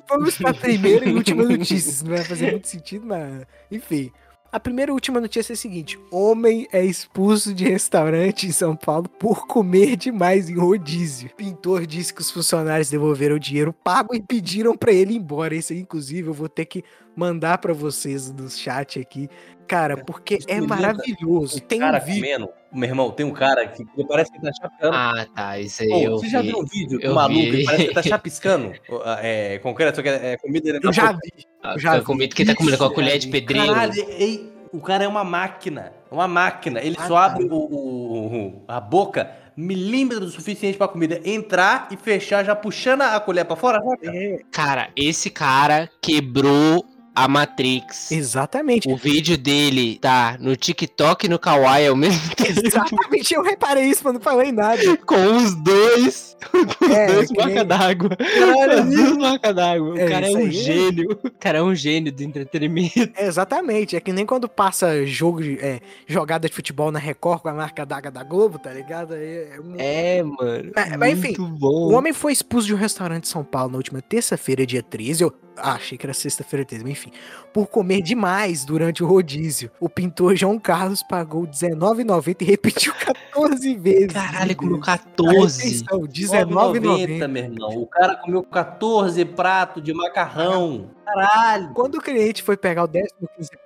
Speaker 1: Vamos para a primeira e última notícia. Isso não vai fazer muito sentido, mas. Enfim. A primeira e última notícia é a seguinte: homem é expulso de restaurante em São Paulo por comer demais em rodízio. Pintor disse que os funcionários devolveram o dinheiro pago e pediram para ele ir embora. Isso aí, inclusive, eu vou ter que mandar para vocês no chat aqui. Cara, porque
Speaker 3: Isso
Speaker 1: é
Speaker 3: me lembra
Speaker 1: maravilhoso. Tem um
Speaker 3: cara
Speaker 1: vídeo.
Speaker 3: comendo. Meu irmão, tem um cara que ele parece que tá chapeando.
Speaker 2: Ah, tá. Isso aí
Speaker 3: Pô,
Speaker 2: eu
Speaker 3: você
Speaker 2: vi.
Speaker 3: já viu um vídeo do
Speaker 2: eu
Speaker 3: maluco
Speaker 2: vi.
Speaker 3: que parece que tá chapiscando? Ó, ah, É, concreto, só que é é comida ele
Speaker 1: Eu
Speaker 3: tá
Speaker 1: já vi.
Speaker 2: Ah,
Speaker 1: já
Speaker 2: tá
Speaker 1: vi.
Speaker 2: com medo que tá comendo com a colher de pedreiro.
Speaker 3: Caralho, ei, o cara é uma máquina. Uma máquina. Ele
Speaker 1: Ah,
Speaker 3: só
Speaker 1: tá.
Speaker 3: abre o, o- o- a boca milímetros o suficiente pra comida entrar e fechar, já puxando a colher pra fora. sabe?
Speaker 2: Cara, esse cara quebrou a Matrix.
Speaker 1: Exatamente.
Speaker 2: O vídeo dele tá no TikTok e no Kawaii ao mesmo tempo.
Speaker 1: Exatamente, eu reparei isso, mas não falei nada.
Speaker 2: com os dois. Com os
Speaker 1: É,
Speaker 2: dois
Speaker 1: que
Speaker 2: marca
Speaker 1: nem-
Speaker 2: d'água. Com as duas marcas d'água. O
Speaker 1: É,
Speaker 2: cara é
Speaker 1: isso
Speaker 2: um
Speaker 1: aí.
Speaker 2: gênio. O cara é um gênio do entretenimento.
Speaker 1: É, exatamente, é que nem quando passa jogo de- é, jogada de futebol na Record com a marca d'água da Globo, tá ligado? É- é um-
Speaker 2: É, mano.
Speaker 1: Mas- mas enfim,
Speaker 2: muito
Speaker 1: O
Speaker 2: bom.
Speaker 1: homem foi expulso de um restaurante em São Paulo na última terça-feira, dia 13. Eu ah, achei que era sexta-feira 13, mas enfim. Por comer demais durante o rodízio. O pintor João Carlos pagou R$19,90 e repetiu 14 vezes.
Speaker 2: Caralho, é
Speaker 1: como
Speaker 2: comeu 14.
Speaker 1: R$19,90.
Speaker 3: meu irmão. O cara comeu 14 pratos de macarrão. Caralho.
Speaker 1: Quando o cliente foi pegar o 15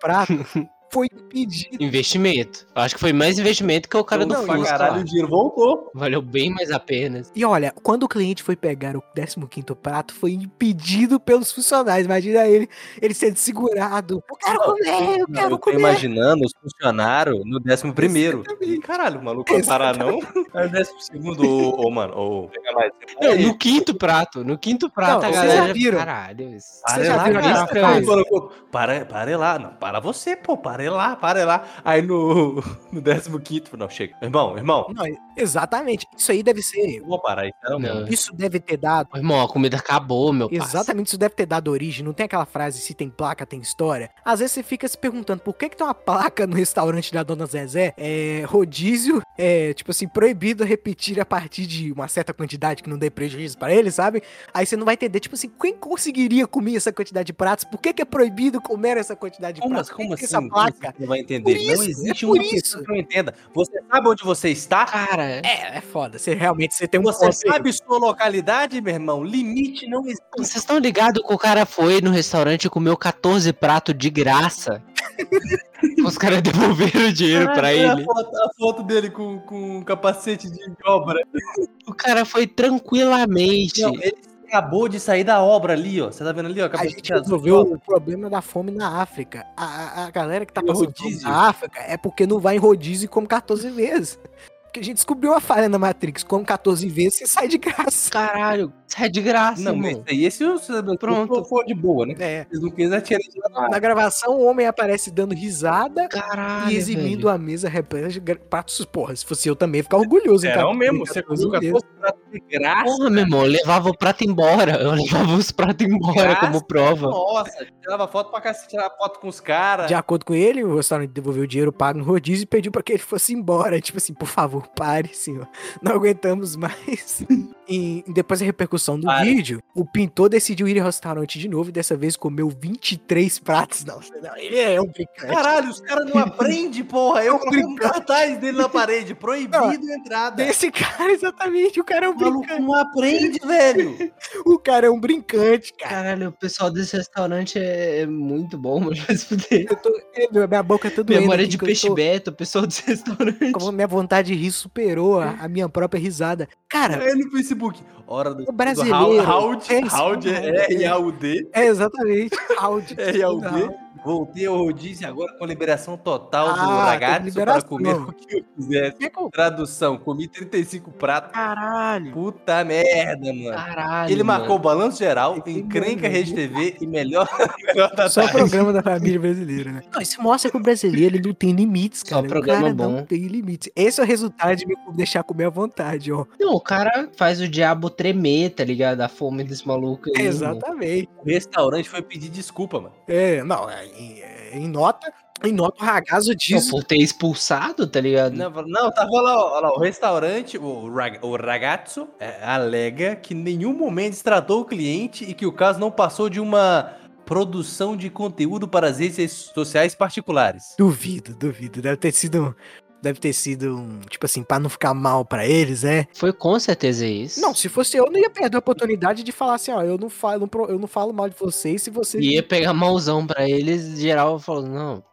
Speaker 1: prato, foi impedido.
Speaker 2: Investimento. Eu acho que foi mais investimento que o cara tá- do
Speaker 3: Não, pra
Speaker 2: Fusca.
Speaker 3: caralho, o
Speaker 2: lá.
Speaker 3: dinheiro voltou.
Speaker 2: Valeu bem mais a pena.
Speaker 1: E olha, quando o cliente foi pegar o 15º prato, foi impedido pelos funcionários. Imagina ele, ele sendo segurado. Eu quero comer, eu
Speaker 3: Não,
Speaker 1: quero
Speaker 3: eu tô
Speaker 1: comer.
Speaker 3: imaginando os funcionários no décimo primeiro.
Speaker 1: Exatamente.
Speaker 3: Ih, Caralho, o maluco vai parar não? É o décimo segundo, ô, ô, mano, ô, pega mais.
Speaker 2: Não, no quinto prato. No quinto
Speaker 1: É,
Speaker 2: prato,
Speaker 1: Não,
Speaker 2: a
Speaker 1: vocês
Speaker 2: galera.
Speaker 1: já viram.
Speaker 2: Caralho, isso.
Speaker 1: Vocês já
Speaker 3: Para lá,
Speaker 1: viram
Speaker 3: cara,
Speaker 1: aquela
Speaker 3: cara,
Speaker 1: frase?
Speaker 3: colocou, para, para lá, não, para você, pô, para lá, para lá. Aí no, no décimo quinto, falou, não, chega. Irmão, irmão,
Speaker 1: Não, exatamente. Isso aí deve ser.
Speaker 3: eu vou parar, então.
Speaker 2: Não.
Speaker 1: Isso deve ter dado.
Speaker 2: Ô, Irmão, a comida acabou, meu pai.
Speaker 1: Exatamente, isso deve ter dado origem. Não tem aquela frase se tem placa, tem história. Às vezes você fica se perguntando por que, que tem uma placa no restaurante da dona Zezé. É rodízio, é tipo assim, proibido repetir a partir de uma certa quantidade que não dê prejuízo pra ele, sabe? Aí você não vai entender, tipo assim, quem conseguiria comer essa quantidade de pratos? Por que, que é proibido comer essa quantidade de
Speaker 3: Como,
Speaker 1: pratos?
Speaker 3: assim- como
Speaker 1: Por que
Speaker 3: assim?
Speaker 1: que Essa placa?
Speaker 3: Você não vai entender.
Speaker 1: Por isso,
Speaker 3: não
Speaker 1: é
Speaker 3: existe
Speaker 1: por
Speaker 3: uma
Speaker 1: isso.
Speaker 3: pessoa que não entenda. Você sabe onde você está?
Speaker 2: Cara,
Speaker 1: É, é foda. Você realmente você tem um
Speaker 3: Você
Speaker 1: ponto aí.
Speaker 3: sabe sua localidade, meu irmão? Limite não existe.
Speaker 2: vocês estão ligados que o cara foi no restaurante e comeu 14 pratos de graça? Os caras devolveram o dinheiro pra
Speaker 3: Olha
Speaker 2: ele.
Speaker 3: A foto, a foto dele com, com um capacete de obra.
Speaker 2: O cara foi tranquilamente.
Speaker 3: Não, ele acabou de sair da obra ali, ó. Você tá vendo ali, ó?
Speaker 1: A
Speaker 3: Capacete
Speaker 1: gente
Speaker 3: azul.
Speaker 1: resolveu o problema da fome na África. A, a- a galera que tá
Speaker 3: E o
Speaker 1: passando fome
Speaker 3: rodízio?
Speaker 1: na África é porque não vai em rodízio e come 14 vezes. Porque a gente descobriu a falha na Matrix. Come 14 vezes e sai de graça.
Speaker 2: Caralho, sai de graça,
Speaker 3: Não, mas
Speaker 2: irmão.
Speaker 3: esse aí, esse é o
Speaker 2: Pronto.
Speaker 3: pronto Ah, foi de boa, né?
Speaker 1: É.
Speaker 3: Eles não quiseram tirar ele de lá.
Speaker 1: Na gravação, o homem aparece dando risada
Speaker 2: Caralho.
Speaker 1: e exibindo
Speaker 2: velho.
Speaker 1: a mesa repleta de gra- pratos. Porra, se fosse eu também, ia ficar orgulhoso. hein,
Speaker 3: Serão
Speaker 1: cara?
Speaker 3: mesmo, você
Speaker 1: 14
Speaker 3: comeu
Speaker 1: vezes.
Speaker 3: 14 pratos de graça.
Speaker 2: Porra, meu irmão, eu levava o prato embora. Eu levava os pratos embora
Speaker 3: Graça.
Speaker 2: como prova.
Speaker 3: Nossa, tirava foto pra cacete, tirava foto com os caras.
Speaker 1: De acordo com ele, o restaurante devolveu o dinheiro pago no rodízio e pediu pra que ele fosse embora. Tipo assim, por favor, pare, senhor. Não aguentamos mais. em- depois da repercussão do
Speaker 3: Para.
Speaker 1: vídeo, o pintor decidiu ir ao restaurante de novo e dessa vez comeu 23 pratos. Não, não, ele é um brincante.
Speaker 3: Caralho, os caras não aprendem, porra. Eu coloquei um
Speaker 1: Brincando.
Speaker 3: cartaz dele na parede, proibido a entrada.
Speaker 1: Desse cara, exatamente. O cara é um
Speaker 3: O maluco
Speaker 1: brincante.
Speaker 3: não aprende, velho.
Speaker 1: O cara é um brincante, cara.
Speaker 2: Caralho, o pessoal desse restaurante é muito bom, mano. vai se fuder.
Speaker 1: Eu tô- eu- minha boca tá doendo.
Speaker 2: Memória
Speaker 1: aqui,
Speaker 2: de
Speaker 1: que eu
Speaker 2: peixe
Speaker 1: tô-
Speaker 2: beta, o pessoal desse restaurante.
Speaker 1: como assim? minha vontade de rir superou a, a minha própria risada. Cara,
Speaker 3: Ele no Facebook. Hora do.
Speaker 1: o brasileiro.
Speaker 3: Raud,
Speaker 1: É isso,
Speaker 3: Raud,
Speaker 1: cara.
Speaker 3: R-A-U-D,
Speaker 1: É, exatamente. Audi.
Speaker 3: É,
Speaker 2: é
Speaker 3: R-A-U-D. Voltei ao rodízio agora com liberação total do
Speaker 1: Ah,
Speaker 3: ragazzo
Speaker 1: tem
Speaker 3: pra
Speaker 1: liberação.
Speaker 3: comer o que eu quisesse. Tradução, comi 35 pratos.
Speaker 1: Caralho.
Speaker 3: Puta merda, mano.
Speaker 2: Caralho.
Speaker 3: Ele marcou o balanço geral,
Speaker 1: Tem
Speaker 3: encrenca
Speaker 1: mano.
Speaker 3: Rede TV e melhor, melhor da
Speaker 1: Só
Speaker 3: tarde.
Speaker 1: programa da família brasileira, né? Não, isso mostra que o brasileiro ele não tem limites,
Speaker 2: Só um
Speaker 1: cara.
Speaker 2: programa
Speaker 1: o cara
Speaker 2: bom.
Speaker 1: não tem limites. Esse é o resultado de me deixar comer à vontade, ó.
Speaker 2: Não, o cara faz o diabo tremer, tá ligado? A fome desse maluco aí. mano.
Speaker 1: Exatamente.
Speaker 3: O restaurante foi pedir desculpa, mano.
Speaker 1: É, não, é, em, é, em nota, em nota o ragazzo
Speaker 2: Não,
Speaker 1: diz.
Speaker 2: por ter expulsado, tá ligado?
Speaker 3: Não, fala- não, tava lá, ó, ó lá, o restaurante, o, rag- o ragazzo, é, alega que em nenhum momento destratou o cliente e que o caso não passou de uma produção de conteúdo para as redes sociais particulares.
Speaker 1: Duvido, duvido. Deve ter sido. Deve ter sido um. Tipo assim, pra não ficar mal pra eles, né?
Speaker 2: Foi com certeza isso.
Speaker 1: Não, se fosse eu, não ia perder a oportunidade de falar assim, ó, eu não falo, não pro- eu não falo mal de vocês se vocês.
Speaker 2: Ia pegar malzão pra eles, geral falou, não,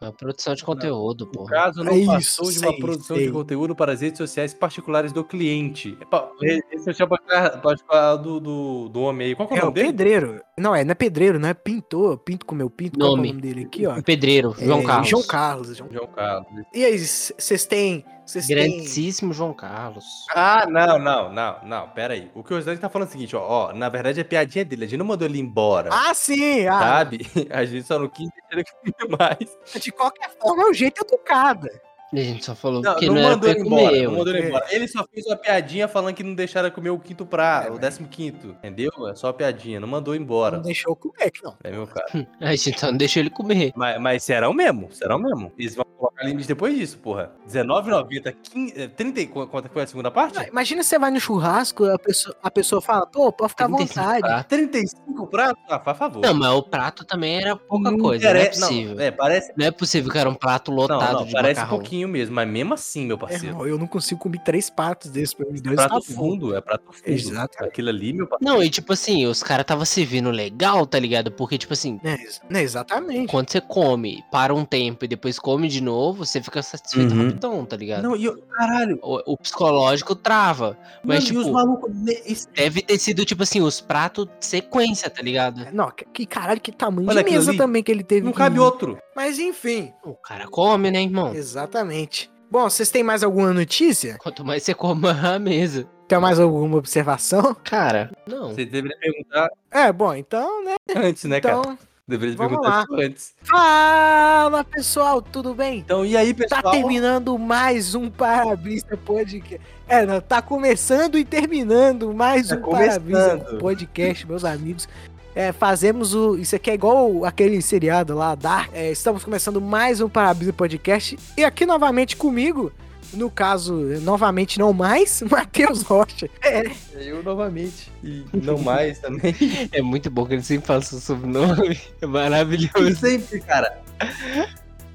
Speaker 2: é produção de conteúdo,
Speaker 3: O
Speaker 2: porra.
Speaker 3: caso não
Speaker 1: É isso,
Speaker 3: passou de uma
Speaker 1: sei,
Speaker 3: produção
Speaker 1: sei.
Speaker 3: de conteúdo para as redes sociais particulares do cliente. Epa, re- Rede social particular- particular do, do, do homem aí. Qual que é o
Speaker 1: É, o
Speaker 3: nome dele?
Speaker 1: pedreiro. Não, é, não é pedreiro, não é pintor, pinto com meu pinto, qual que é o
Speaker 2: Nome.
Speaker 1: nome dele aqui, ó.
Speaker 2: O pedreiro, João
Speaker 1: É,
Speaker 2: Carlos.
Speaker 1: João Carlos. João-
Speaker 3: João Carlos.
Speaker 1: E aí, c- vocês têm. Vocês têm.
Speaker 2: Grandíssimo João Carlos.
Speaker 3: Ah, não, não, não, não, pera aí. O que o Rosane tá falando é o seguinte, ó, ó, na verdade é piadinha dele, a gente não mandou ele embora.
Speaker 1: Ah, sim! Ah,
Speaker 3: sabe? A gente só não quis deixar ele comer mais.
Speaker 1: De qualquer forma, é o jeito educado.
Speaker 2: A gente só falou
Speaker 3: Não,
Speaker 2: que
Speaker 3: não,
Speaker 2: não, era
Speaker 3: mandou
Speaker 2: pra
Speaker 3: ele embora,
Speaker 2: comer.
Speaker 3: não mandou ele
Speaker 1: É.
Speaker 3: embora. Ele só fez uma piadinha falando que não deixaram ele comer o quinto prato,
Speaker 1: É,
Speaker 3: o
Speaker 1: mas-
Speaker 3: décimo quinto, entendeu? É só piadinha, não mandou
Speaker 1: Não
Speaker 3: embora.
Speaker 1: deixou eu comer, que não.
Speaker 3: É meu cara.
Speaker 2: A gente só não deixou ele comer.
Speaker 3: Mas, mas serão mesmo, serão mesmo. Eles vão colocar limite depois disso, porra. R$19,90, 15, eh, 30 e qu- quanto que foi a segunda parte?
Speaker 1: Não, Imagina você vai no churrasco, a pessoa, a pessoa fala, pô, pode ficar à
Speaker 2: 35
Speaker 1: vontade.
Speaker 2: pratos.
Speaker 3: 35 pratos? Ah, faz favor.
Speaker 2: Não, mas o prato também era pouca
Speaker 3: Não
Speaker 2: coisa, não é
Speaker 3: interessa-
Speaker 2: possível. Não,
Speaker 3: é, parece,
Speaker 2: é possível que era um prato
Speaker 3: não,
Speaker 2: lotado
Speaker 3: não,
Speaker 2: de
Speaker 3: parece
Speaker 2: macarrão.
Speaker 3: pouquinho mesmo, mas mesmo assim, meu
Speaker 1: É,
Speaker 3: parceiro.
Speaker 1: irmão, eu não consigo comer três patos desses pra mim.
Speaker 3: É
Speaker 1: Dois tá
Speaker 3: prato fundo, é prato fundo.
Speaker 1: Exato.
Speaker 3: Aquilo ali, meu parceiro.
Speaker 2: Não, e tipo assim, os caras tava servindo legal, tá ligado? Porque, tipo assim,
Speaker 1: É, ex- né, exatamente.
Speaker 2: quando você come, para um tempo e depois come de novo, você fica satisfeito
Speaker 3: Uhum.
Speaker 2: rapidão, tá ligado?
Speaker 3: Não, e eu, caralho.
Speaker 2: O, o psicológico trava. Mas,
Speaker 3: mano, e os
Speaker 2: tipo,
Speaker 3: malucos. né, esse-
Speaker 2: deve ter sido, tipo assim, os pratos sequência, tá ligado?
Speaker 1: Não, que, que caralho, que tamanho
Speaker 3: Olha
Speaker 1: de
Speaker 3: aquilo
Speaker 1: mesa
Speaker 3: ali.
Speaker 1: também que ele teve.
Speaker 3: Não
Speaker 1: que
Speaker 3: cabe
Speaker 1: ir.
Speaker 3: outro.
Speaker 1: Mas enfim,
Speaker 2: O cara come, né, irmão?
Speaker 1: exatamente. Bom, vocês têm mais alguma notícia?
Speaker 2: Quanto mais você come, a mesa.
Speaker 1: Tem mais alguma observação?
Speaker 2: Cara, não.
Speaker 3: Você deveria perguntar
Speaker 1: É, bom, então, né?
Speaker 3: antes, né,
Speaker 1: Então,
Speaker 3: cara? Deveria
Speaker 1: vamos
Speaker 3: perguntar
Speaker 1: lá.
Speaker 3: isso antes.
Speaker 1: fala pessoal, tudo bem?
Speaker 3: Então, e aí,
Speaker 1: Tá
Speaker 3: pessoal?
Speaker 1: terminando mais um Parabista Podcast. É, não, tá começando e terminando mais
Speaker 3: Tá
Speaker 1: um Parabista
Speaker 3: começando.
Speaker 1: Podcast, meus amigos. É, fazemos o. Isso aqui é igual aquele seriado lá, Dark. É, estamos começando mais um Parabisa Podcast. E aqui novamente comigo, no caso, novamente não mais, Matheus Rocha. É,
Speaker 3: Eu novamente. E não mais também.
Speaker 2: É muito bom que ele sempre fala seu sobrenome. É
Speaker 3: Eu
Speaker 2: maravilhoso.
Speaker 3: sempre, cara.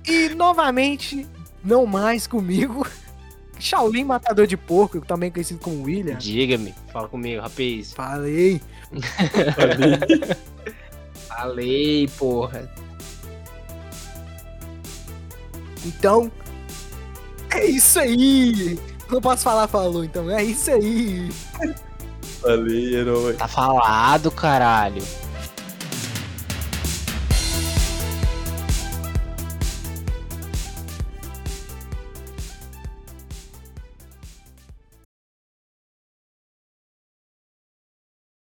Speaker 1: E novamente, não mais comigo, Shaolin Matador de Porco, também conhecido como William.
Speaker 2: Diga-me, fala comigo, rapaz.
Speaker 1: Falei.
Speaker 2: Falei, porra.
Speaker 1: Então, é isso aí. Não posso falar, falou, então. É isso aí.
Speaker 3: Falei, herói.
Speaker 2: Tá falado, caralho.